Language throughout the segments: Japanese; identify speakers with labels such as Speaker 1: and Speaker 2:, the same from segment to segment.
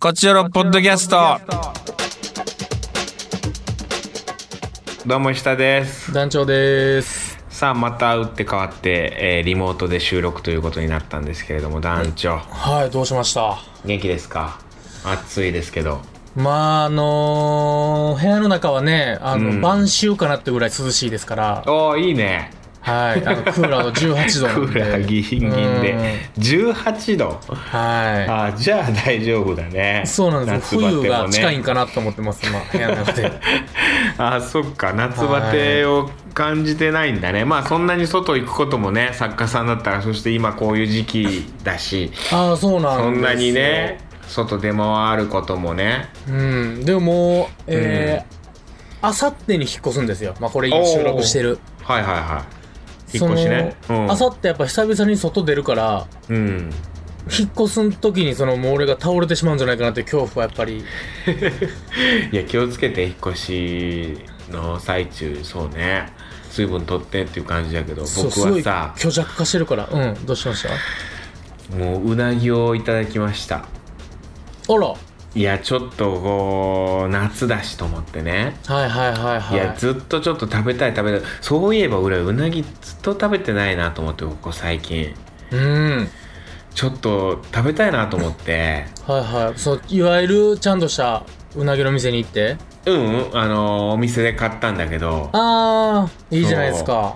Speaker 1: こちらのポッドキャスト。
Speaker 2: どうも下です
Speaker 3: 団長です
Speaker 2: さあまた打って変わって、えーリモートで収録ということになったんですけれども団長
Speaker 3: はいどうしました
Speaker 2: 元気ですか暑いですけど
Speaker 3: まああのー部屋の中はねあの、
Speaker 2: うん
Speaker 3: 晩秋かなってぐらい涼しいですから
Speaker 2: おおいいね
Speaker 3: はいあのクーラーの18
Speaker 2: ク
Speaker 3: 度 なん
Speaker 2: ー
Speaker 3: で
Speaker 2: ラーギンギンで18度
Speaker 3: は
Speaker 2: あじゃあ大丈夫だね
Speaker 3: いそうなんですよ、
Speaker 2: 夏バテも
Speaker 3: 冬が近いん
Speaker 2: ね
Speaker 3: かなと思ってます今部屋の中で
Speaker 2: あそっか夏バテを感じてないんだね、まあそんなに外行くこともね作家さんだったらそして今こういう時期だし
Speaker 3: ああそうな
Speaker 2: そ
Speaker 3: んですよ
Speaker 2: んなにね外出回ることもね
Speaker 3: うんでももうえあさってに引っ越すんですよまあこれ今収録してる
Speaker 2: はいはいはい引っ越しね
Speaker 3: そのあさってやっぱ久々に外出るから
Speaker 2: うん、うん、
Speaker 3: 引っ越す時にそのもう俺が倒れてしまうんじゃないかなっていう恐怖はやっぱり
Speaker 2: いや気をつけて引っ越しの最中そうね水分取ってっていう感じだけど
Speaker 3: そう
Speaker 2: 僕
Speaker 3: すご
Speaker 2: はいさ
Speaker 3: 虚弱化してるからうんどうしました
Speaker 2: もううなぎをいただきまし
Speaker 3: あ
Speaker 2: た
Speaker 3: ら
Speaker 2: いやちょっとこう夏だしと思ってね
Speaker 3: はいはいはいはい
Speaker 2: いやずっとちょっと食べたい食べたいそういえば俺うなぎずっと食べてないなと思ってここ最近
Speaker 3: うん
Speaker 2: ちょっと食べたいなと思 って
Speaker 3: はいはいそういわゆるちゃんとしたうなぎの店に行って
Speaker 2: うん、うん、あのお店で買ったんだけど
Speaker 3: ああいいじゃないですか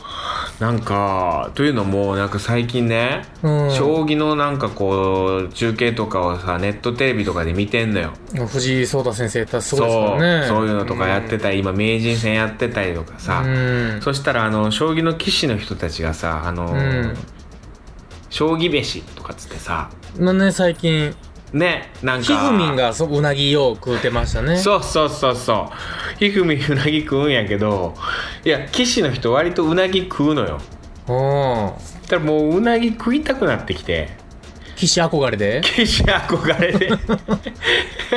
Speaker 2: なんかというのもなんか最近ね、
Speaker 3: うん
Speaker 2: 将棋のなんかこう中継とかをさネットテレビとかで見てんのよ
Speaker 3: 藤井聡太先生ってすごいです
Speaker 2: そ
Speaker 3: か
Speaker 2: う
Speaker 3: らね
Speaker 2: そういうのとかやってたり、今名人戦やってたりとかさ、
Speaker 3: うん
Speaker 2: そしたらあの将棋の棋士の人たちがさあの、
Speaker 3: うん
Speaker 2: 将棋飯とかっつってさ
Speaker 3: まあね最近
Speaker 2: ねなんか
Speaker 3: ひふみんがそううなぎを食うてましたね
Speaker 2: そうそうそうそうひふみうなぎ食うんやけどいや棋士の人割とうなぎ食うのよ
Speaker 3: うん
Speaker 2: だからもううなぎ食いたくなってきて
Speaker 3: 騎士憧れで
Speaker 2: 棋士憧れで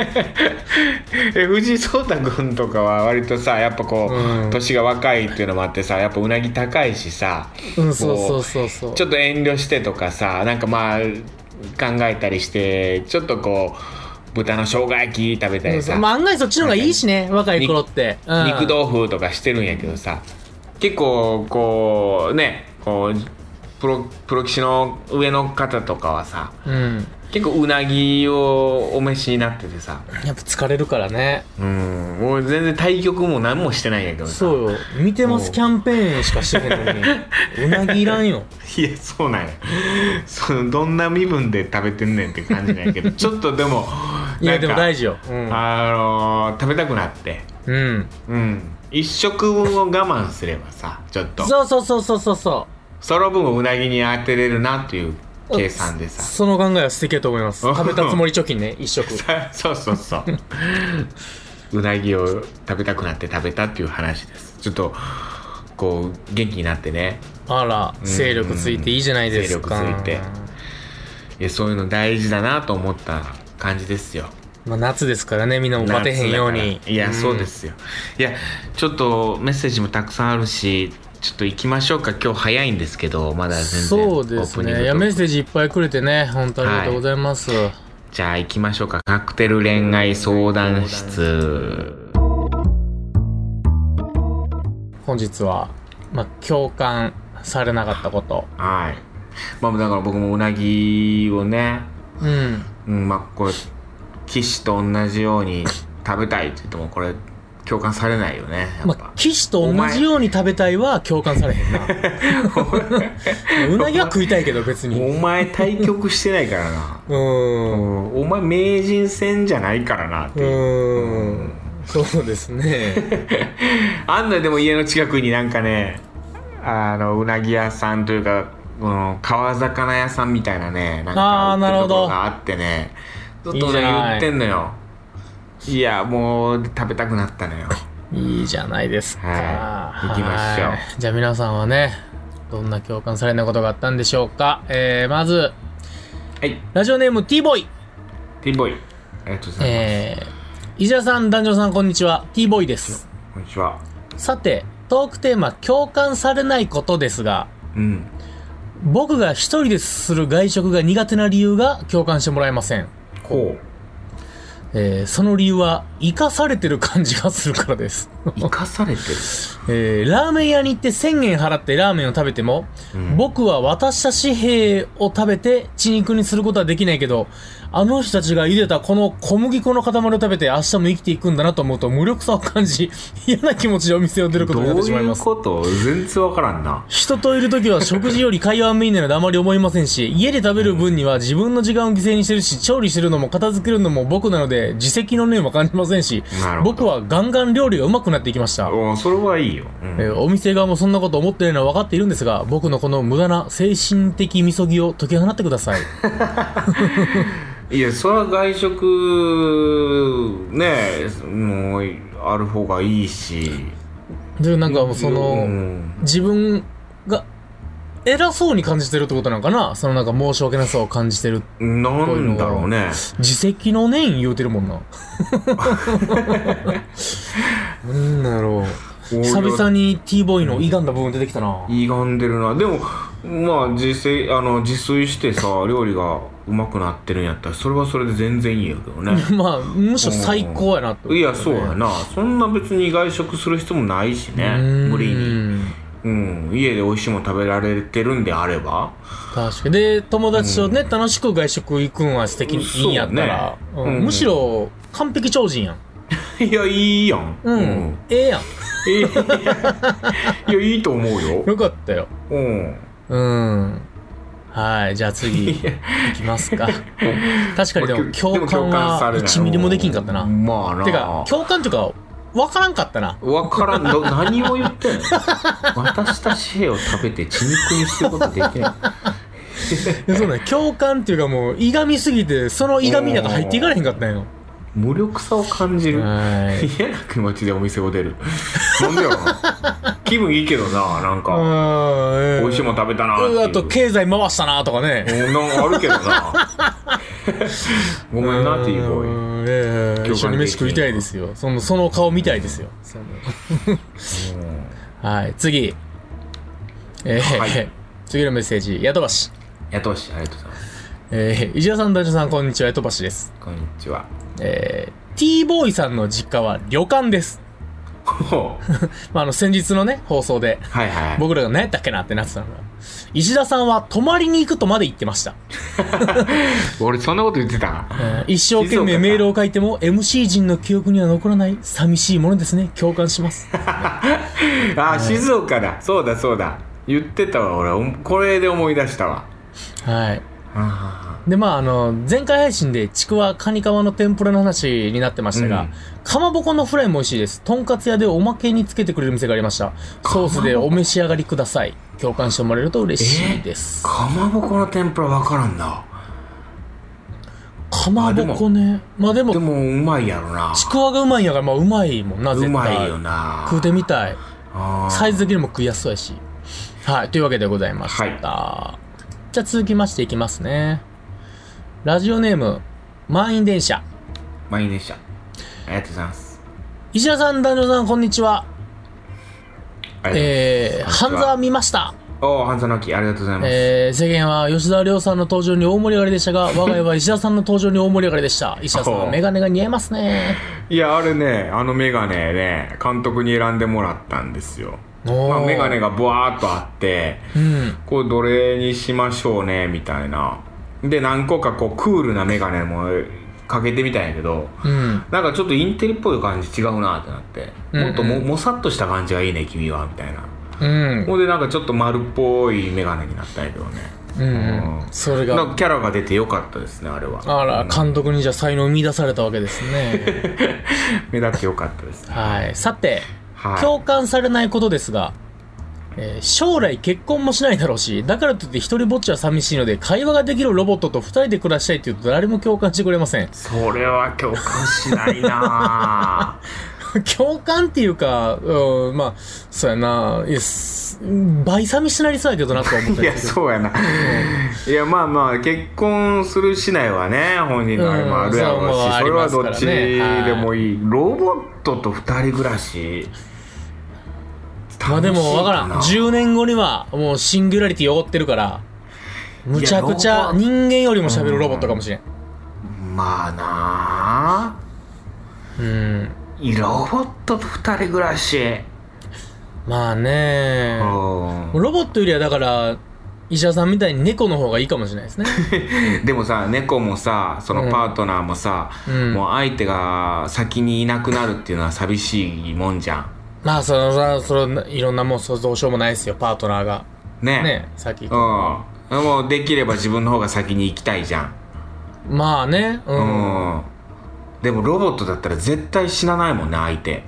Speaker 2: え藤井聡太君とかは割とさやっぱこう、
Speaker 3: うん
Speaker 2: 年が若いっていうのもあってさやっぱうなぎ高いしさ
Speaker 3: うんそうそうそうそう
Speaker 2: ちょっと遠慮してとかさなんかまあ考えたりしてちょっとこう豚の生姜焼き食べた
Speaker 3: う
Speaker 2: り
Speaker 3: んそ
Speaker 2: さ、
Speaker 3: うまあ案外そっちの方がいいしね若い頃ってうん
Speaker 2: 肉豆腐とかしてるんやけどさ結構こうねこうプロプロ棋士の上の方とかはさ
Speaker 3: うん
Speaker 2: 結構うなぎをお召しになっててさ
Speaker 3: やっぱ疲れるからね
Speaker 2: うん俺全然対局も何もしてないんやけどさ
Speaker 3: そうよ見てま
Speaker 2: おう
Speaker 3: すキャンペーンしかしてへんの にうなぎいらんよ
Speaker 2: いやそうなんやそのどんな身分で食べてんねんって感じなんやけ どちょっとでも
Speaker 3: いやでも大事
Speaker 2: 事
Speaker 3: ようん、
Speaker 2: あのー食べたくなって
Speaker 3: うん、
Speaker 2: うん一食分を我慢すればさちょっと
Speaker 3: そうそうそうそうそうそ
Speaker 2: その分をうなぎに当てれるなっていう計算で
Speaker 3: う
Speaker 2: さ
Speaker 3: その考えは素敵やと思います食べたつもり貯金ね一食
Speaker 2: そうそうそううなぎを食べたくなって食べたっていう話ですちょっとこう元気になってね
Speaker 3: あら勢力ついていいじゃないですか
Speaker 2: 勢力ついていやそういうの大事だなと思った感じですよ
Speaker 3: まあ、夏ですからねみんなもバテへんよう
Speaker 2: 夏だ
Speaker 3: に
Speaker 2: からいや、そうですよいやちょっとメッセージもたくさんあるしちょっと行きましょうか今日早いんですけどまだ全然
Speaker 3: そうです
Speaker 2: オープニングトーク
Speaker 3: ねいやメッセージいっぱいくれてね本当ありがとうございます、
Speaker 2: じゃあ行きましょうかカクテル恋愛相談室
Speaker 3: 本日は、まあ、共感されなかったこと
Speaker 2: はいまあだから僕もうなぎをね
Speaker 3: うん
Speaker 2: うんまあこれ騎士と同じように食べたいって言ってもこれ共感されないよねや
Speaker 3: ま
Speaker 2: っぱ
Speaker 3: あ、騎士と同じように食べたいは共感されへ んな。うなぎは食いたいけど別に。う
Speaker 2: お前対局してないからなう
Speaker 3: ーん。うん
Speaker 2: お前名人戦じゃないからなっていう
Speaker 3: ーん。そうですね。
Speaker 2: あんのよでも家の近くになんかねあのうなぎ屋さんというかこの川魚屋さんみたいなねなんか
Speaker 3: あー
Speaker 2: 売って
Speaker 3: なる
Speaker 2: る
Speaker 3: ほ
Speaker 2: とこ
Speaker 3: ど
Speaker 2: ろがあってねずっと
Speaker 3: いい
Speaker 2: う
Speaker 3: じ
Speaker 2: な
Speaker 3: ゃ
Speaker 2: ぎ
Speaker 3: ない
Speaker 2: 売ってんのよいやもう食べたくなったの よ
Speaker 3: いいじゃないですか。
Speaker 2: はい行きましょう
Speaker 3: はいじゃあ皆さんはね、どんな共感されなことがあったんでしょうか。えー、まず、
Speaker 2: はい
Speaker 3: ラジオネーム T ボーイ。
Speaker 2: ティーボーイありがとうございます、
Speaker 3: えー、石田さん、男女さん、こんにちは。T ボーイです。
Speaker 2: こんにちは
Speaker 3: さて、トークテーマ、共感されないことですが、
Speaker 2: うん
Speaker 3: 僕が一人でする外食が苦手な理由が共感してもらえません。
Speaker 2: こ
Speaker 3: えーその理由は生かされてる感じがするからです、
Speaker 2: 生かされてる
Speaker 3: えーラーメン屋に行って1000円払ってラーメンを食べても、
Speaker 2: ん
Speaker 3: 僕は渡した紙幣を食べて血肉にすることはできないけどあの人たちが茹でたこの小麦粉の塊を食べて明日も生きていくんだなと思うと無力さを感じ嫌な気持ちでお店を出ること
Speaker 2: ど
Speaker 3: になっ
Speaker 2: う
Speaker 3: てしまい
Speaker 2: い
Speaker 3: ま
Speaker 2: う
Speaker 3: す
Speaker 2: こと全然わからんな
Speaker 3: 人といる時は食事より会話メインなのであまり思いませんし、家で食べる分には自分の時間を犠牲にしてるし、調理してるのも片付けるのも僕なので、自責の念は感じませんし
Speaker 2: なる、ほど
Speaker 3: 僕はガンガン料理がうまくなっていきました。
Speaker 2: おそれはいいよ、うん
Speaker 3: えーお店側もそんなこと思っているのは分かっているんですが、僕のこの無駄な精神的みそぎを解き放ってください。
Speaker 2: いやそれは外食ねもうある方がいいし
Speaker 3: で、なんかもうその、
Speaker 2: うん
Speaker 3: 自分が偉そうに感じてるってことなのかなそのなんか申し訳なさを感じてる。
Speaker 2: なんだろうね
Speaker 3: 自責の念言うてるもんな。なんだろう。久々に T ボーイの歪んだ部分出てきたな。
Speaker 2: 歪んでるなでもまあ自炊あの自炊してさ料理がうまくなってるんやったらそれはそれで全然いいやけどね
Speaker 3: まあ、むしろ最高やなって思
Speaker 2: い
Speaker 3: よ
Speaker 2: や
Speaker 3: ね
Speaker 2: そうやなそんな別に外食する必要もないしね
Speaker 3: うん
Speaker 2: 無理に、うん、家で美味しいもの食べられてるんであれば
Speaker 3: 確かに。で、友達とね、楽しく外食行くんは素敵にいいんやったら、
Speaker 2: そうね
Speaker 3: うん
Speaker 2: うん
Speaker 3: むしろ完璧超人やん。
Speaker 2: いやいいやん
Speaker 3: うん。ええやん。
Speaker 2: いや いやいいと思うよ
Speaker 3: よかったよ。
Speaker 2: うん
Speaker 3: うん。はい、じゃあ次、いきます か。確かにでも、共感は1ミリもできんかったな。
Speaker 2: まあな
Speaker 3: てか共感というか分からんかったな
Speaker 2: わからんど 何を言ってんの私たち兵を食べて血肉にすることできな い
Speaker 3: そうね共感っていうかもういがみすぎてそのいがみなんか入っていかれへんかったんよ
Speaker 2: 無力さを感じる
Speaker 3: はい
Speaker 2: 嫌な気持ちでお店を出るなんでやろな気分いいけどななんか、美
Speaker 3: 美
Speaker 2: 味しいもん食べたなっていう
Speaker 3: あと経済回したなとかね
Speaker 2: うんなんかあるけど なごめんなっていう
Speaker 3: うん
Speaker 2: 声
Speaker 3: ええ
Speaker 2: 共感できん
Speaker 3: 一緒に飯食いたいですよそのその顔見たいですよその はい次えー
Speaker 2: はい
Speaker 3: 次のメッセージヤトバシ
Speaker 2: やとしありがとうございます
Speaker 3: えー、石田さん、団長さん、こんにちは、ヤトバシです。
Speaker 2: こんにちは
Speaker 3: えー、T ボーイさんの実家は旅館です。
Speaker 2: ほう
Speaker 3: まあ、あの、先日のね、放送で、
Speaker 2: はいはい
Speaker 3: 僕らが何やったっけなってなってたのが、石田さんは泊まりに行くとまで言ってました。
Speaker 2: 俺そんなこと言ってた
Speaker 3: 一生懸命メールを書いても MC 陣の記憶には残らない寂しいものですね。共感します。
Speaker 2: あ静岡だそうだそうだ言ってたわ俺おこれで思い出したわ
Speaker 3: はい。で、まあ、あの、前回配信でちくわ、カニカマの天ぷらの話になってましたが、
Speaker 2: うん
Speaker 3: かまぼこのフライも美味しいです。とんかつ屋でおまけにつけてくれる店がありました。ソースでお召し上がりください。共感してもらえると嬉しいです。
Speaker 2: かまぼこの天ぷら分からんな
Speaker 3: かまぼこね。まあでも
Speaker 2: で、もうまいやろな
Speaker 3: ちくわがうまいんやから、まあうまいもんな、
Speaker 2: う
Speaker 3: 絶対。
Speaker 2: まいよな
Speaker 3: 食うてみたい。
Speaker 2: あー
Speaker 3: サイズ的にも食いやすそうやし。はい、というわけでございました。
Speaker 2: はい
Speaker 3: じゃあ続きましていきますね。ラジオネーム、満員電車。
Speaker 2: 満員電車ありがとうございます
Speaker 3: 石田さん、男女さん、こんにちは。
Speaker 2: ありがとうございます
Speaker 3: えー、
Speaker 2: こん
Speaker 3: 半
Speaker 2: にちは
Speaker 3: 沢見ました。
Speaker 2: おー半沢直樹ありがとうございます、
Speaker 3: えー、世間は吉沢亮さんの登場に大盛り上がりで したが、我が家は石田さんの登場に大盛り上がりでした。石田さんはメガネが似合いますね。
Speaker 2: いやあれねあのメガネね監督に選んでもらったんですよ
Speaker 3: おー
Speaker 2: まあ、メガネがブワーっとあって
Speaker 3: うん。
Speaker 2: これどれにしましょうねみたいなで何個かこうクールなメガネもかけてみたんやけど
Speaker 3: うん。
Speaker 2: なんかちょっとインテリっぽい感じ違うなってなって、
Speaker 3: うんうん
Speaker 2: もっとももさっとした感じがいいね君はみたいな
Speaker 3: うん。
Speaker 2: ほんでなんかちょっと丸っぽいメガネになったんやけどね
Speaker 3: うん。うん。それ
Speaker 2: なん
Speaker 3: が、
Speaker 2: かキャラが出てよかったですねあれは
Speaker 3: あら、監督にじゃあ才能を見出されたわけですね。
Speaker 2: 目立ってよかったですね
Speaker 3: はい。さて、
Speaker 2: はい
Speaker 3: 共感されないことですが、えー将来結婚もしないだろうし、だからといって一人ぼっちは寂しいので、会話ができるロボットと二人で暮らしたいというと誰も共感してくれません。
Speaker 2: それは共感しないなぁ
Speaker 3: 共感っていうか、うん、まあ、そうやな、いや、す倍寂しなりそうやけどなとは思っ
Speaker 2: い
Speaker 3: た
Speaker 2: や
Speaker 3: りする。
Speaker 2: そうやないやまあまあ結婚するしないはね本人のあれもあるやろうし、
Speaker 3: うん
Speaker 2: それはどっちでもいい、
Speaker 3: そ
Speaker 2: ロボットと二人暮らし
Speaker 3: まあでもわからん。
Speaker 2: 楽しいか
Speaker 3: 10年後にはもうシンギュラリティ汚ってるから、むちゃくち
Speaker 2: いや
Speaker 3: ゃ
Speaker 2: ロボ
Speaker 3: 人間よりも喋るロボットかもしれん。
Speaker 2: なまあなロボットと二人暮らし、
Speaker 3: まあね
Speaker 2: うん
Speaker 3: ロボットよりはだから、医者さんみたいに猫の方がいいかもしれないです ね。
Speaker 2: でもさ猫もさそのパートナーもさ、
Speaker 3: うん
Speaker 2: もう相手が先にいなくなるっていうのは寂しいもんじゃん
Speaker 3: まあ、そのさ、その、いろんなもん、そうどうしようもないですよ、パートナーが。
Speaker 2: ね
Speaker 3: ね、さっき言った
Speaker 2: うんもうできれば自分の方が先に行きたいじゃん
Speaker 3: まあね、う。
Speaker 2: うんん、でもロボットだったら絶対死なないもんね相手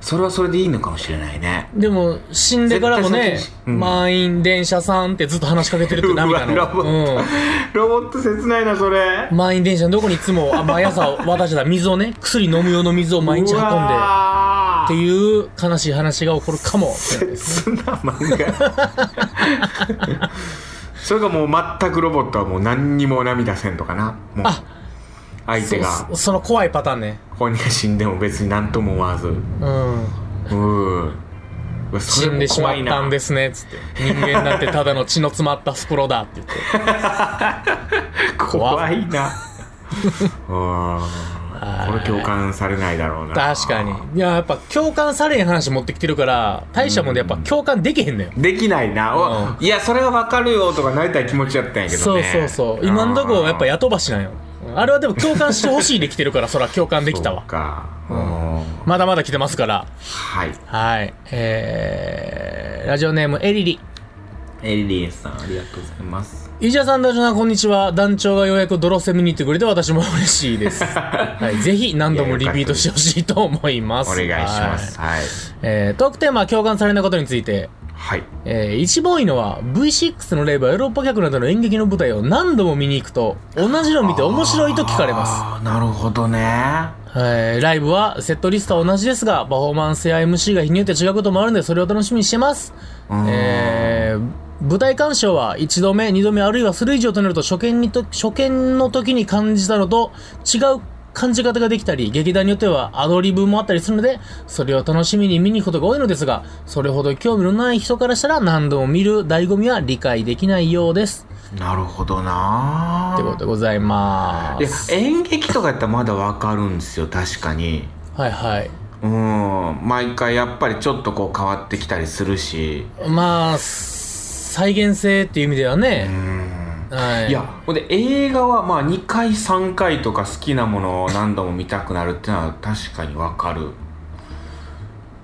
Speaker 2: それはそれでいいのかもしれないね
Speaker 3: でも、死んでからもね
Speaker 2: 絶対先に、うん
Speaker 3: 満員電車さんってずっと話しかけてるって涙
Speaker 2: うわロボッ
Speaker 3: の。うん。
Speaker 2: ロボット切ないなそれ
Speaker 3: 満員電車のどこにいつも、あ、毎朝私だ、水を ね、薬飲む用の水を毎日運んで、
Speaker 2: っ
Speaker 3: っていう悲しい話が起こるかも。
Speaker 2: 切な漫画それがもう全くロボットはもう何にも涙せんとかなもう
Speaker 3: あ
Speaker 2: 相手が
Speaker 3: そその怖いパターンね。
Speaker 2: 本人が死んでも別に何とも思わずうん
Speaker 3: うん。
Speaker 2: うわそ
Speaker 3: 死
Speaker 2: れ
Speaker 3: ん
Speaker 2: も
Speaker 3: でしま
Speaker 2: 怖
Speaker 3: っ
Speaker 2: い
Speaker 3: た
Speaker 2: なん
Speaker 3: ですね、つって。人間なんてただの血の詰まった袋だって言 って。
Speaker 2: 怖いな うんこれ共感されないだろうな
Speaker 3: 確かに。いや、やっぱ共感されへん話持ってきてるから、大したもんでやっぱ共感できへんのよ。
Speaker 2: できないな、おいやそれは分かるよとかなりたい気持ちやったんやけど
Speaker 3: そ
Speaker 2: ね
Speaker 3: うそうそう。今んとこやっぱ
Speaker 2: っ
Speaker 3: 雇ばしなんよ。あれはでも共感してほしいできてるから、 そら共感できたわ。
Speaker 2: かうん
Speaker 3: まだまだ来てますから。
Speaker 2: はい
Speaker 3: はい。えー、ラジオネームエリリ。
Speaker 2: エリリエさんありがとうございます
Speaker 3: 石田さん、ダジョナ、こんにちは。団長がようやくドロセ見に行ってくれて、私も嬉しい です。はい、ぜひ何度もリピートしてほしいと思いま
Speaker 2: お
Speaker 3: す。
Speaker 2: 願いします
Speaker 3: はい
Speaker 2: はい
Speaker 3: えー、トークテーマ、共感されないことについて、
Speaker 2: はい
Speaker 3: えー、一番多いのは V6 の例えばヨーロッパ客などの演劇の舞台を何度も見に行くと同じのを見て面白いと聞かれます、
Speaker 2: あーなるほどね
Speaker 3: えー、ライブはセットリストは同じですがパフォーマンスや MC が日によって違うこともあるのでそれを楽しみにしてます、
Speaker 2: うん
Speaker 3: えー、舞台鑑賞は1度目2度目あるいはそれ以上となると初見にと初見の時に感じたのと違う感じ方ができたり劇団によってはアドリブもあったりするのでそれを楽しみに見に行くことが多いのですがそれほど興味のない人からしたら何度も見る醍醐味は理解できないようです
Speaker 2: なるほどな
Speaker 3: ってことでございま
Speaker 2: いや
Speaker 3: す
Speaker 2: 演劇とかやったらまだ分かるんですよ確かに
Speaker 3: はいはい
Speaker 2: うん毎回やっぱりちょっとこう変わってきたりするし
Speaker 3: まあ再現性っていう意味ではね、
Speaker 2: うん
Speaker 3: はい、
Speaker 2: いやほんで映画はまあ2回3回とか好きなものを何度も見たくなるっていうのは確かにわかる、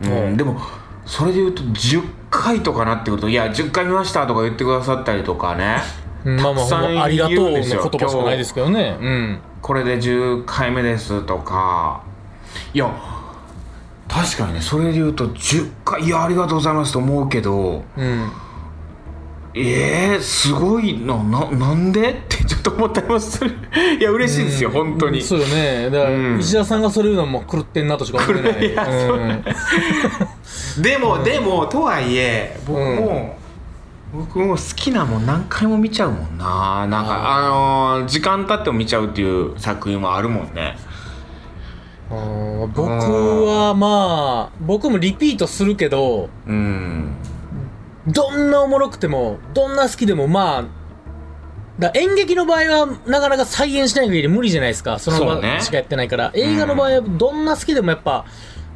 Speaker 2: うん
Speaker 3: うん
Speaker 2: でもそれで言うと10回とかなってくると「いや10回見ました」とか言ってくださったりとかね
Speaker 3: うんまあまあ
Speaker 2: たくさん
Speaker 3: ほんまありがとうの
Speaker 2: 言うん
Speaker 3: 言
Speaker 2: ですよ
Speaker 3: 葉しかないですけどねうん
Speaker 2: 「これで10回目です」とかいや確かにねそれで言うと10回「いやありがとうございます」と思うけど
Speaker 3: うん
Speaker 2: えー、すごいなななんで ってちょっと思ったりもする いや嬉しいですよ、本当に
Speaker 3: そうよねだから、
Speaker 2: うん
Speaker 3: 石田さんがそれ言うのはもう狂ってんなとしか思えない
Speaker 2: いやそ
Speaker 3: うん、
Speaker 2: でも、でもとはいえ僕も、僕も好きなもん何回も見ちゃうもんななんかあのー時間経っても見ちゃうっていう作品もあるもんね
Speaker 3: うん僕はまあ僕もリピートするけど
Speaker 2: うん
Speaker 3: どんなおもろくてもどんな好きでもまあだ演劇の場合はなかなか再現しない限り無理じゃないですかその
Speaker 2: そう
Speaker 3: 場
Speaker 2: ね
Speaker 3: しかやってないから、映画の場合はどんな好きでもやっぱ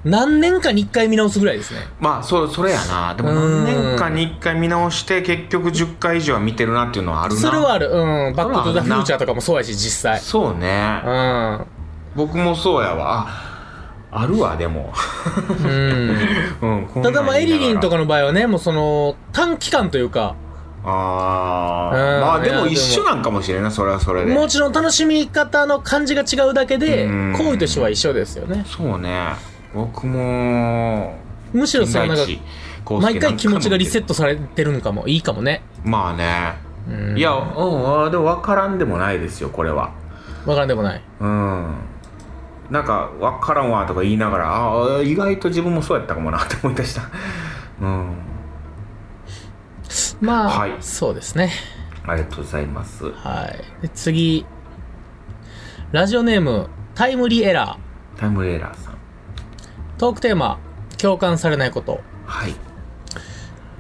Speaker 3: 何年かに1回見直すぐらいですね
Speaker 2: まあそそれやなでも
Speaker 3: うん
Speaker 2: 何年かに1回見直して結局10回以上は見てるなっていうのはあるな
Speaker 3: それはあるうんバック・トゥ・ザ・
Speaker 2: そ
Speaker 3: フ
Speaker 2: らあるな
Speaker 3: ューチャーとかもそうやし実際
Speaker 2: そうね
Speaker 3: うん
Speaker 2: 僕もそうやわああるわでも、
Speaker 3: うん
Speaker 2: うん、こ
Speaker 3: た
Speaker 2: んなん言いながら
Speaker 3: だ まあエリリンとかの場合はねもうその短期間というか
Speaker 2: ああ
Speaker 3: うん
Speaker 2: まあで
Speaker 3: いや
Speaker 2: も
Speaker 3: でも
Speaker 2: 一緒なんかもしれんないそれはそれで
Speaker 3: もちろん楽しみ方の感じが違うだけで
Speaker 2: うん
Speaker 3: 行為としては一緒ですよね
Speaker 2: そうね僕も
Speaker 3: むしろそのなんか毎回気持ちがリセッ
Speaker 2: ト
Speaker 3: トされてるのかもいいかもね
Speaker 2: まあね、
Speaker 3: うん
Speaker 2: いやうんあでも分からんでもないですよこれは
Speaker 3: わからんでもない
Speaker 2: うんなんか分からんわとか言いながらああ意外と自分もそうやったかもなって思い出したうん
Speaker 3: まあ、
Speaker 2: はい
Speaker 3: そうですね
Speaker 2: ありがとうございます
Speaker 3: はいで次ラジオネームタイムリーエラ
Speaker 2: タイムレーラーさん
Speaker 3: ートークテーマ共感されないこと
Speaker 2: はい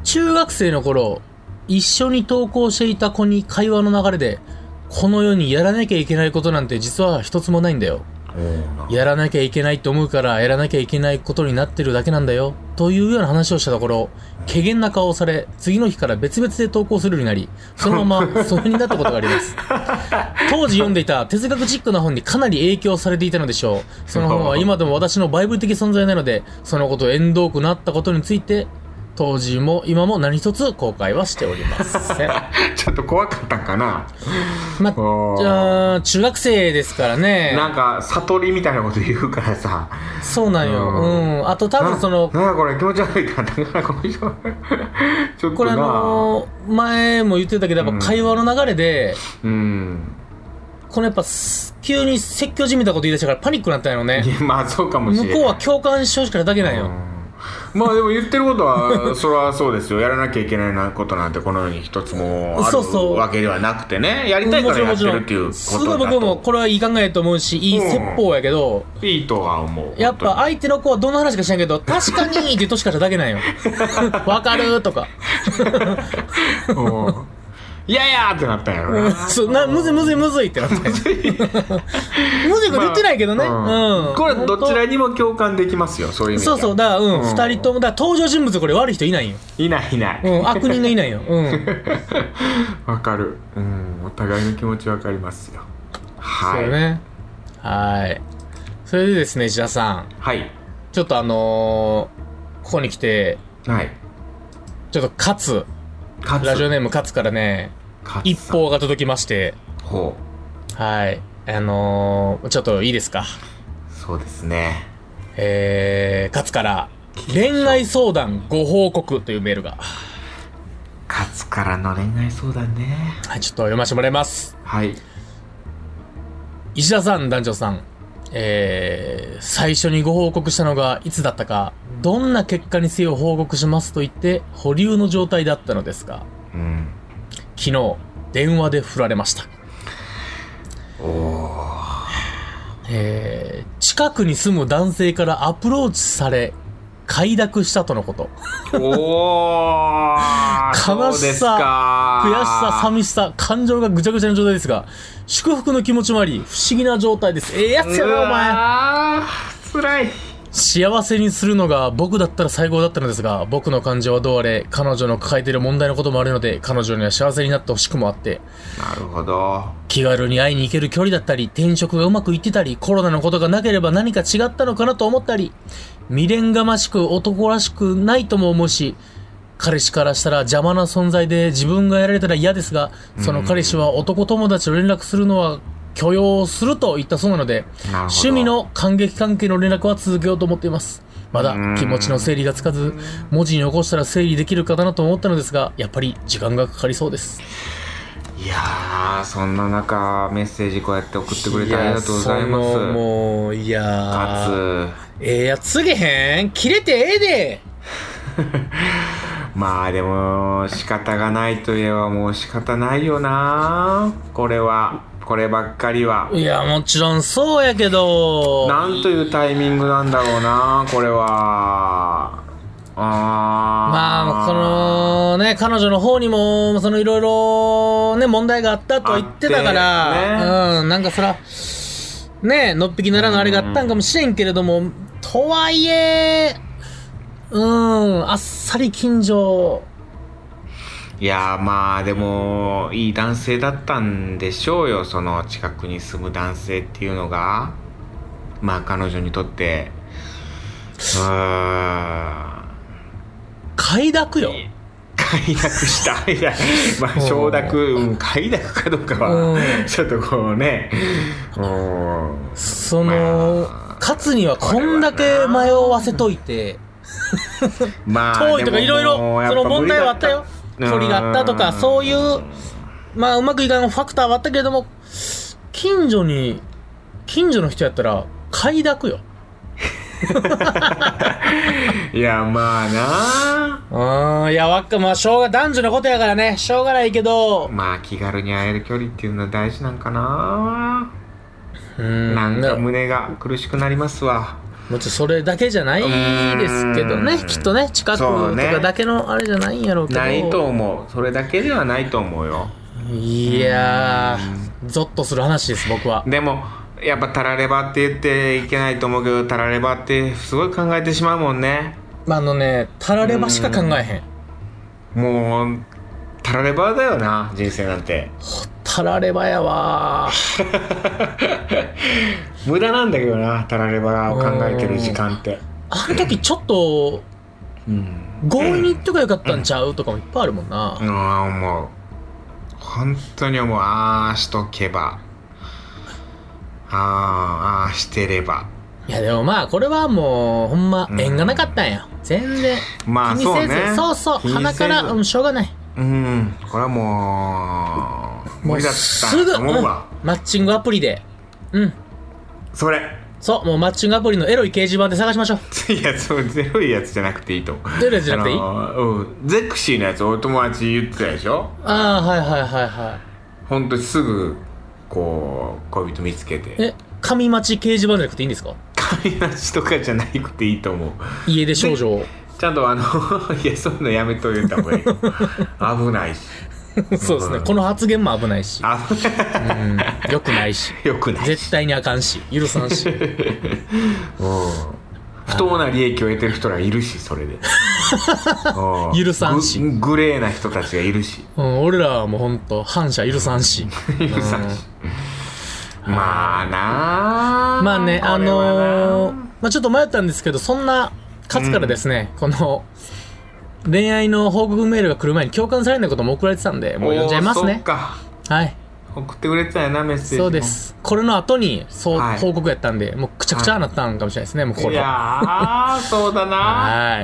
Speaker 3: 中学生の頃、一緒に登校していた子に会話の流れで、この世にやらなきゃいけないことなんて実は一つもないんだよ。から、やらなきゃいけないと思うから、やらなきゃいけないことになってるだけなんだよ、というような話をしたところ、怪げな顔をされ、次の日から別々で投稿するようになり、そのま ま疎遠になったことがあります。当時読んでいた哲学チックな本にかなり影響されていたのでしょう。その本 は今でも私のバイブル的存在なので、そのことを縁遠くなったことについて、当時も今も何一つ後悔はしておりま せん。
Speaker 2: ちょっと怖かったんかな
Speaker 3: まあ
Speaker 2: おー
Speaker 3: じゃあ、中学生ですからね。
Speaker 2: なんか悟りみたいなこと言うからさ
Speaker 3: そうなんよ。
Speaker 2: う
Speaker 3: うんん。あと多分その、
Speaker 2: ななんだこれ気持ち悪いからだからこの人 ちょっ
Speaker 3: ことれあ
Speaker 2: な
Speaker 3: のー前も言ってたけど、やっぱ会話の流れで、
Speaker 2: うん
Speaker 3: このやっぱす急に説教じみたこと言い出したからパニックになったんやろ
Speaker 2: い
Speaker 3: ね。
Speaker 2: やまあそうかもしれ
Speaker 3: 向
Speaker 2: ない
Speaker 3: こうは共感してほしかっただけなんよ。
Speaker 2: うんまあでも言ってることは それはそうですよやらなきゃいけないなことなんてこの世に一つもあ
Speaker 3: そうそう
Speaker 2: るわけではなくてねやりたいからやってるっていうことだと
Speaker 3: すごい僕もこれはいい考えやと思うし、いい説法やけど、
Speaker 2: いいとは思う
Speaker 3: やっぱ
Speaker 2: 本
Speaker 3: 相手の子はどんな話か知らんけど、確かにって言うとしかしただけ なんよ。わかるとか。
Speaker 2: 当にうんいやいやーってなったんやろな
Speaker 3: そうな、むずいむずいむずいってなって。むずいこと言ってないけどね。
Speaker 2: まあ
Speaker 3: うん。
Speaker 2: これどち
Speaker 3: 本
Speaker 2: らにも共感できますよそういう意
Speaker 3: 当
Speaker 2: 味で
Speaker 3: そうそ
Speaker 2: は
Speaker 3: う、だから、うん、
Speaker 2: うん
Speaker 3: 二人とも、だから登場人物これ悪い人いないよ。
Speaker 2: いないいな
Speaker 3: う
Speaker 2: い
Speaker 3: ん、悪人がいないよ。うん。
Speaker 2: わかるうんお互いの気持ちわかりますよ
Speaker 3: そ
Speaker 2: は
Speaker 3: う
Speaker 2: い、
Speaker 3: ね。はい。それでですね、石田さん。
Speaker 2: はい
Speaker 3: ちょっとあのー、ここに来て、
Speaker 2: はい
Speaker 3: ちょっと勝
Speaker 2: 勝
Speaker 3: つ、ラジオネーム勝つからね、
Speaker 2: 勝
Speaker 3: 一
Speaker 2: さん
Speaker 3: 報が届きまして、
Speaker 2: ほ
Speaker 3: はい。あのー、ちょっといいですか。
Speaker 2: うそうですね
Speaker 3: えー、勝つから、恋愛相談ご報告というメールが。
Speaker 2: 勝つからの恋愛相談ね
Speaker 3: はい、ちょっと読ませてもらいます。
Speaker 2: はい
Speaker 3: 石田さん、男女さん。えー、最初にご報告したのがいつだったか、どんな結果にせよ報告しますと言って、保留の状態だったのですが、
Speaker 2: うん
Speaker 3: 昨日、電話で振られました。
Speaker 2: お お
Speaker 3: えー、近くに住む男性からアプローチされ、快諾したとのこと。
Speaker 2: おー
Speaker 3: 悲
Speaker 2: そうで
Speaker 3: し
Speaker 2: す
Speaker 3: さ
Speaker 2: か、
Speaker 3: 悔しさ、寂しさ、感情がぐちゃぐちゃな状態ですが、祝福の気持ちもあり、不思議な状態です。ええやつや
Speaker 2: う
Speaker 3: な、お前。
Speaker 2: わー辛い
Speaker 3: 幸せにするのが僕だったら最高だったのですが、僕の感情はどうあれ、彼女の抱えている問題のこともあるので、彼女には幸せになってほしくもあって、
Speaker 2: なるほど
Speaker 3: 気軽に会いに行ける距離だったり、転職がうまくいってたり、コロナのことがなければ何か違ったのかなと思ったり、未練がましく男らしくないとも思うし、彼氏からしたら邪魔な存在で自分がやられたら嫌ですが、その彼氏は男友達と連絡するのは許容すると言ったそうなので、
Speaker 2: なるほど
Speaker 3: 趣味の感激関係の連絡は続けようと思っています。まだ
Speaker 2: うん
Speaker 3: 気持ちの整理がつかず、文字に起こしたら整理できるかなと思ったのですが、やっぱり時間がかかりそうです。
Speaker 2: いやーそんな中メッセージこうやって送ってくれてありがとうございま
Speaker 3: やそ
Speaker 2: す
Speaker 3: のもういやー
Speaker 2: 勝
Speaker 3: ええやつげへん切れてええで
Speaker 2: つ まあでも仕方がないといえばもう仕方ないよなこれはこればっかりはい
Speaker 3: やもちろんそうやけど
Speaker 2: なんというタイミングなんだろうなこれはあー
Speaker 3: まあこのね彼女の方にもそのいろいろね問題があったとは言ってたから、
Speaker 2: あ
Speaker 3: うんなんかそらねのっぴきならぬあれがあったんかもしれんけれどもとはいえうんあっさり近所
Speaker 2: いやーまあでもいい男性だったんでしょうよその近くに住む男性っていうのがまあ彼女に とってうーん
Speaker 3: 快諾よ
Speaker 2: 快諾した いやまあ承諾、うん、快諾かどうか
Speaker 3: う
Speaker 2: は
Speaker 3: ん
Speaker 2: ちょっとこうねうん
Speaker 3: その、
Speaker 2: まあ
Speaker 3: 勝つにはこんだけ迷わせといて、
Speaker 2: まあ
Speaker 3: 遠いとかいろいろ、その問題はあったよ。距離があったとか、そういうう、まあ、うまくいかないファクターはあったけれども、近所に、近所の人やったら、快諾よ。
Speaker 2: いやまあ
Speaker 3: うん、いや、わっか、まあ、しょうが、男女のことやからね、しょうがないけど
Speaker 2: な、まあ気軽に会える距離っていうのは大事なんかな
Speaker 3: うん、
Speaker 2: なん
Speaker 3: ね
Speaker 2: か胸が苦しくなりますわ
Speaker 3: もちろんそれだけじゃないですけどね
Speaker 2: う、ん
Speaker 3: きっとね、近くと
Speaker 2: そうね
Speaker 3: かだけのあれじゃないんやろうけど。
Speaker 2: ないと思うそれだけではないと思うよ
Speaker 3: いやー、ゾッとする話です、僕は。
Speaker 2: でもやっぱタラレバって言っていけないと思うけどタラレバってすごい考えてしまうもんね
Speaker 3: まあ、あのね、タラレバしか考えへん。
Speaker 2: もうタラレバだよな人生なんて
Speaker 3: タラレバやわ
Speaker 2: 無駄なんだけどなタラレバを考えてる時間って
Speaker 3: あの時ちょっと、
Speaker 2: うん
Speaker 3: 強引に言っとかよかったんちゃうとかもいっぱいあるもんな。
Speaker 2: ああ思う本当に思うああしとけばあーあーしてれば
Speaker 3: いや、でもまあ、これはもう、ほんま
Speaker 2: う、ん
Speaker 3: 縁がなかったんや。全然。
Speaker 2: まあ
Speaker 3: 気にせず、
Speaker 2: そうね
Speaker 3: そうそう
Speaker 2: 気にせず
Speaker 3: 鼻から、うん、しょうがない。
Speaker 2: うんこれはもう無理だった
Speaker 3: す
Speaker 2: と
Speaker 3: ぐ、
Speaker 2: 思
Speaker 3: うん
Speaker 2: う
Speaker 3: マ
Speaker 2: わ、
Speaker 3: ッチングアプリで。うん。
Speaker 2: それ
Speaker 3: そう、もうマッチングアプリのエロい掲示板で探しましょう。
Speaker 2: いやそうゼロいやつじゃ なくていいと思う
Speaker 3: ゼロいやつじゃなくていい
Speaker 2: あのーうん、ゼクシーのやつお友達言ってたでしょ
Speaker 3: ああ、はいはいはいはい。
Speaker 2: ほんとすぐこう恋人見つけて
Speaker 3: え、神町掲示板じゃなくていいんですか
Speaker 2: 髪なしとかじゃなくていいと思う
Speaker 3: 家で少女 を。
Speaker 2: ちゃんとあのいやそういうのやめといた方がいいよ危ないし
Speaker 3: そうですね。この発言も危ない し。
Speaker 2: 危な
Speaker 3: うん。良くないし。
Speaker 2: いよくない
Speaker 3: 絶対にあかんし。許さん し。
Speaker 2: うん不当な利益を得てる人らいるしそれでうん
Speaker 3: 許さんし
Speaker 2: ググレーな人たちがいるし
Speaker 3: うん、俺らはもうほんと、反射許さん し。
Speaker 2: 許さんしまあな
Speaker 3: まあね、あのー
Speaker 2: ー
Speaker 3: まあちょっと迷ったんですけど、そんな勝からですね、この、恋愛の報告メールが来る前に共感されないことも送られてたんで、もう読んじゃいます
Speaker 2: そっ
Speaker 3: ね。
Speaker 2: か
Speaker 3: はい。
Speaker 2: 送ってくれてたよなメッセージも
Speaker 3: そうです。これの後に、そう、
Speaker 2: はい
Speaker 3: 報告やったんで、もうくちゃくちゃなったんかもしれないですね、もうこ
Speaker 2: い
Speaker 3: れは。
Speaker 2: やーそうだな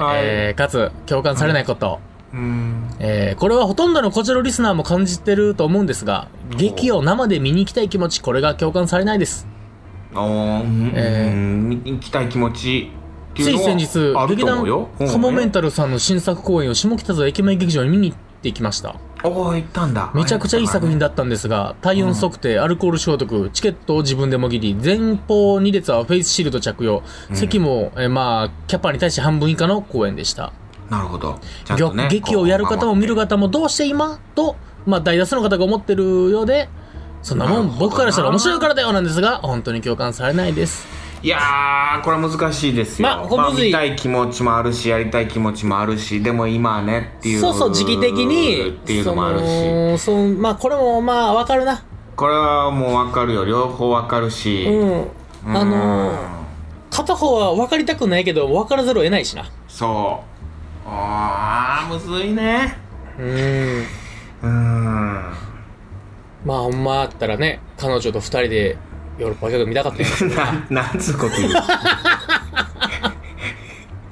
Speaker 3: はい、えー、かつ、共感されないこと。
Speaker 2: うん
Speaker 3: えーこれはほとんどのこちらのリスナーも感じてると思うんですが、劇を生で見に行きたい気持ち、これが共感されないです。
Speaker 2: おーうん
Speaker 3: えー
Speaker 2: うん行きたい気持ちって
Speaker 3: つ
Speaker 2: いう
Speaker 3: い
Speaker 2: の
Speaker 3: 先
Speaker 2: は
Speaker 3: 日
Speaker 2: あ、る
Speaker 3: 劇
Speaker 2: と思
Speaker 3: 団
Speaker 2: うよ
Speaker 3: コモメンタルさんの新作公演を下北沢駅前劇場に見に行ってきました。
Speaker 2: おお行ったんだ
Speaker 3: めちゃくちゃいい作品だったんですが、体温測定、アルコール消毒、チケットを自分でもぎり、前方2列はフェイスシールド着用、席も、えーまあ、キャパに対して半分以下の公演でした。
Speaker 2: なるほどちゃんと
Speaker 3: 劇
Speaker 2: ね
Speaker 3: 劇をやる方も見る方もどうして今と、まあ、大多数の方が思ってるようで、そんなも
Speaker 2: なるほど
Speaker 3: ん
Speaker 2: な
Speaker 3: 僕からしたら面白いからだよなんですが、本当に共感されないです。
Speaker 2: いやーこれは難しいですよ、
Speaker 3: まあここむずい
Speaker 2: 見たい気持ちもあるしやりたい気持ちもあるしでも今はねっていう
Speaker 3: そうそう、時期的に、
Speaker 2: っていうのもある
Speaker 3: そ
Speaker 2: し
Speaker 3: のそのまあ、これもまあ、わかるな。
Speaker 2: これはもう分かるよ両方分かるし、
Speaker 3: うん。
Speaker 2: うん
Speaker 3: あのー片方は分かりたくないけど、分からざるを得ないしな。
Speaker 2: そうあーむずいね
Speaker 3: うん。
Speaker 2: うーん
Speaker 3: まあ、ほんまあったらね、彼女と二人でヨーロッパ客見たかったよ。
Speaker 2: な なんつうこ と言う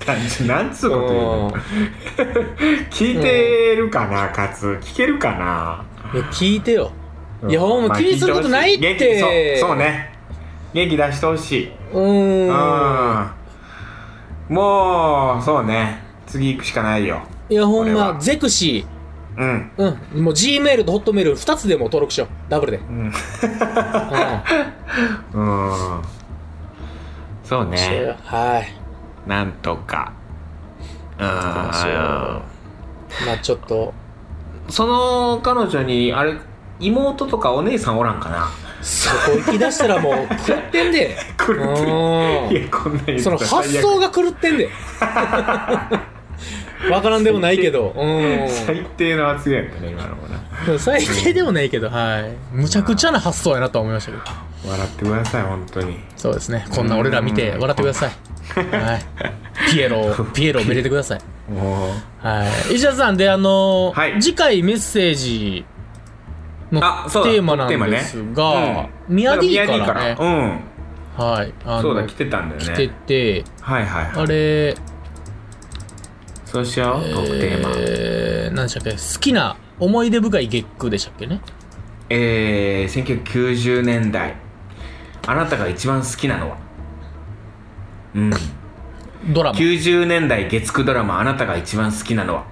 Speaker 2: なんつなんつうこと言うの聞いてるかな、かつ聞けるかな
Speaker 3: うんいや聞いてよ。いや、ほんま気にすることないっ
Speaker 2: まあ聞てほしい元
Speaker 3: て。
Speaker 2: 気そうそう。ね元気出してほしいうん
Speaker 3: うん。
Speaker 2: もうそうね次行くしかないよ
Speaker 3: いや、ほん
Speaker 2: これ
Speaker 3: ま
Speaker 2: は、
Speaker 3: ゼクシ
Speaker 2: うん、
Speaker 3: ー。うん。もう G メールとホットメール2つでも登録しよう。ダブルで。うん。
Speaker 2: うん、
Speaker 3: は
Speaker 2: うんそうね
Speaker 3: い。
Speaker 2: なんとかう
Speaker 3: うしよ
Speaker 2: ん
Speaker 3: まあちょっと、
Speaker 2: その彼女にあれ妹とかお姉さんおらんかな
Speaker 3: そこ行き出したらもう狂ってんで。
Speaker 2: 狂ってる
Speaker 3: うん
Speaker 2: いやこんなに
Speaker 3: その発想が狂ってん で。わからんでもないけど。う。
Speaker 2: 最低の発言やったね今のもなん
Speaker 3: 最低でもないけど、はい。むちゃくちゃな発想やなとは思いましたけど。
Speaker 2: 笑ってください本当に
Speaker 3: そうですね。こんな俺ら見て笑ってください。 はい。ピエロを、ピエロを見れてください。
Speaker 2: もう
Speaker 3: はい。石田さん、で、あのー
Speaker 2: はい
Speaker 3: 次回メッセージのテ
Speaker 2: あそうだ
Speaker 3: ーマなんですが、ミヤディーからね、
Speaker 2: うん
Speaker 3: はい。あ
Speaker 2: そうだ
Speaker 3: の、
Speaker 2: 来てたんだよね
Speaker 3: 来てて、
Speaker 2: はいはいはい
Speaker 3: あれ、
Speaker 2: そうしよう、トークテーマ。
Speaker 3: えー、何でしたっけ、好きな思い出深い月句でしたっけね。
Speaker 2: えー、1990年代。あなたが一番好きなのはうん。
Speaker 3: ドラマ。
Speaker 2: 90年代月9ドラマ、あなたが一番好きなのは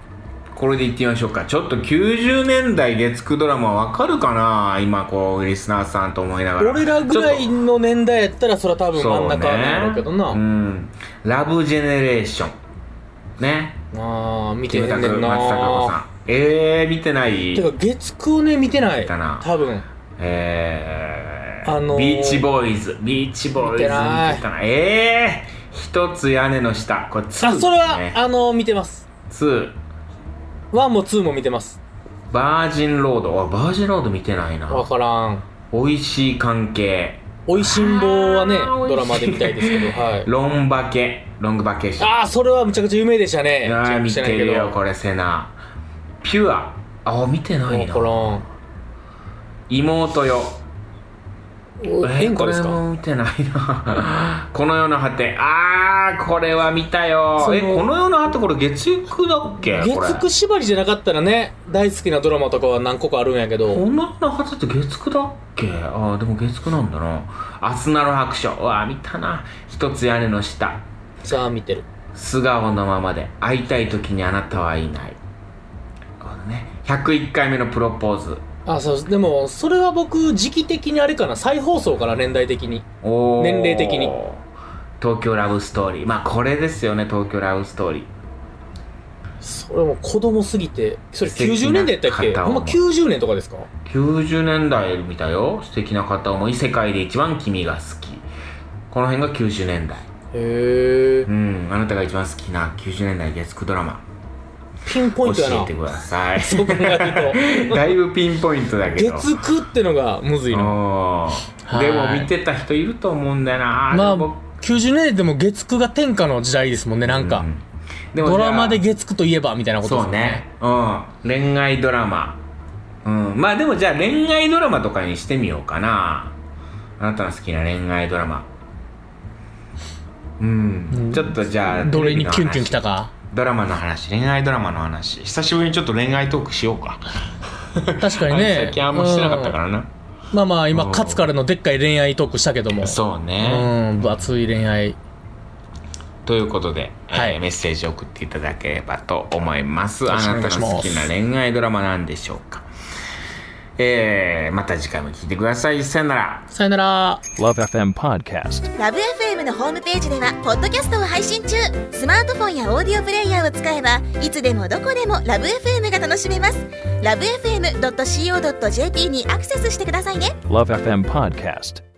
Speaker 2: これでいってみましょうか。ちょっと90年代月9ドラマわかるかな今、こう、リスナーさんと思いながら。
Speaker 3: 俺らぐらい
Speaker 2: ちょっ
Speaker 3: の年代やったら、それは多
Speaker 2: と
Speaker 3: 分真ん中なんだろうけどな。
Speaker 2: そうねうん。ラブジェネレーション。ね。
Speaker 3: あー、見て
Speaker 2: キ
Speaker 3: へん
Speaker 2: ムタ
Speaker 3: ね
Speaker 2: ク、
Speaker 3: ん
Speaker 2: 松たか子さ
Speaker 3: な。
Speaker 2: ん。えー、見てない
Speaker 3: てか、月9ね、見てない。
Speaker 2: かな
Speaker 3: 多分。
Speaker 2: え
Speaker 3: あのー
Speaker 2: ビーチボーイズビーチボーイズ
Speaker 3: 見てない
Speaker 2: 見てたなええー、一つ屋根の下これ2です、ね、
Speaker 3: あそれは、あの見てます
Speaker 2: 2
Speaker 3: 1も2も見てます
Speaker 2: バージンロードあバージンロード見てないな
Speaker 3: わからん
Speaker 2: 美味しい関係
Speaker 3: おいしん坊はね
Speaker 2: あー
Speaker 3: ドラマで見たいです けどはい
Speaker 2: ロンバケロングバケーション
Speaker 3: ああそれはむちゃくちゃ有名でしたね
Speaker 2: あー見
Speaker 3: 知
Speaker 2: て
Speaker 3: らんけ
Speaker 2: る
Speaker 3: ど
Speaker 2: よこれセナピュアあ見てない
Speaker 3: わ
Speaker 2: な
Speaker 3: からん
Speaker 2: 妹よ
Speaker 3: お
Speaker 2: え
Speaker 3: 演
Speaker 2: ー、
Speaker 3: 歌
Speaker 2: こ
Speaker 3: で
Speaker 2: れ
Speaker 3: すか
Speaker 2: も見てないな この世の果てあーこれは見たよ
Speaker 3: その
Speaker 2: えこの世の果てこれ月9だっけこれ
Speaker 3: 月9縛りじゃなかったらね大好きなドラマとかは何個かあるんやけ
Speaker 2: こ
Speaker 3: ど
Speaker 2: の世の果てって月9だっけあーでも月9なんだなあすなろ白書うわー見たな一つ屋根の下
Speaker 3: さあ見てる
Speaker 2: 素顔のままで会いたい時にあなたはいないこのね101回目のプロポーズ
Speaker 3: あそうでもそれは僕時期的にあれかな再放送から年代的に
Speaker 2: おー
Speaker 3: 年齢的に
Speaker 2: 東京ラブストーリーまあこれですよね東京ラブストーリー
Speaker 3: それも子供すぎてそれ
Speaker 2: 素敵な
Speaker 3: 90年代やったっけ
Speaker 2: 方を
Speaker 3: ほんま90年とかですか
Speaker 2: 90年代見たよ素敵な方も異世界で一番君が好きこの辺が90年代
Speaker 3: へえ
Speaker 2: うんあなたが一番好きな90年代月9ドラマ
Speaker 3: ピンポイ
Speaker 2: 教
Speaker 3: ントや
Speaker 2: え
Speaker 3: な
Speaker 2: てください
Speaker 3: そう考える
Speaker 2: だいぶピンポイントだ
Speaker 3: と
Speaker 2: けど
Speaker 3: 月9ってのがむずいな
Speaker 2: おーでも
Speaker 3: はい
Speaker 2: 見てた人いると思うんだよ
Speaker 3: ま
Speaker 2: な
Speaker 3: あ
Speaker 2: でも
Speaker 3: 90年代でも月9が天下の時代ですもんねなんか、
Speaker 2: うんでもじゃ
Speaker 3: ド
Speaker 2: あ
Speaker 3: ラマで月9といえばみたいなことです
Speaker 2: そう
Speaker 3: もん
Speaker 2: ねうん恋愛ドラマうんまあでもじゃあ恋愛ドラマとかにしてみようかなあなたの好きな恋愛ドラマうん、
Speaker 3: うん
Speaker 2: ちょっとじゃあ
Speaker 3: どれにキュンキュン
Speaker 2: テレビの話
Speaker 3: きたか
Speaker 2: ドラマの話恋愛ドラマの話久しぶりにちょっと恋愛トークしようか
Speaker 3: 確かにね、
Speaker 2: 最近あんましてなかったかららな、
Speaker 3: うんまあまあ今
Speaker 2: うん
Speaker 3: 勝からのでっかい恋愛トークしたけども
Speaker 2: そう
Speaker 3: う
Speaker 2: ね、
Speaker 3: ん分厚い恋愛
Speaker 2: ということで、えー
Speaker 3: はい
Speaker 2: メッセージを送っていただければと思います
Speaker 3: よ
Speaker 2: あ
Speaker 3: ろしくお願
Speaker 2: ないた
Speaker 3: し
Speaker 2: の
Speaker 3: ます
Speaker 2: 好きな恋愛ドラマなんでしょうかえー、また次回も聞いてくださいさよなら
Speaker 3: さよなら
Speaker 1: Love FM Podcast.
Speaker 4: ラブ f m のホームページではポッドキャストを配信中スマートフォンやオーディオプレイヤーを使えばいつでもどこでもラブ f m が楽しめますラブ FM.co.jp にアクセスしてくださいね
Speaker 1: Love FM Podcast.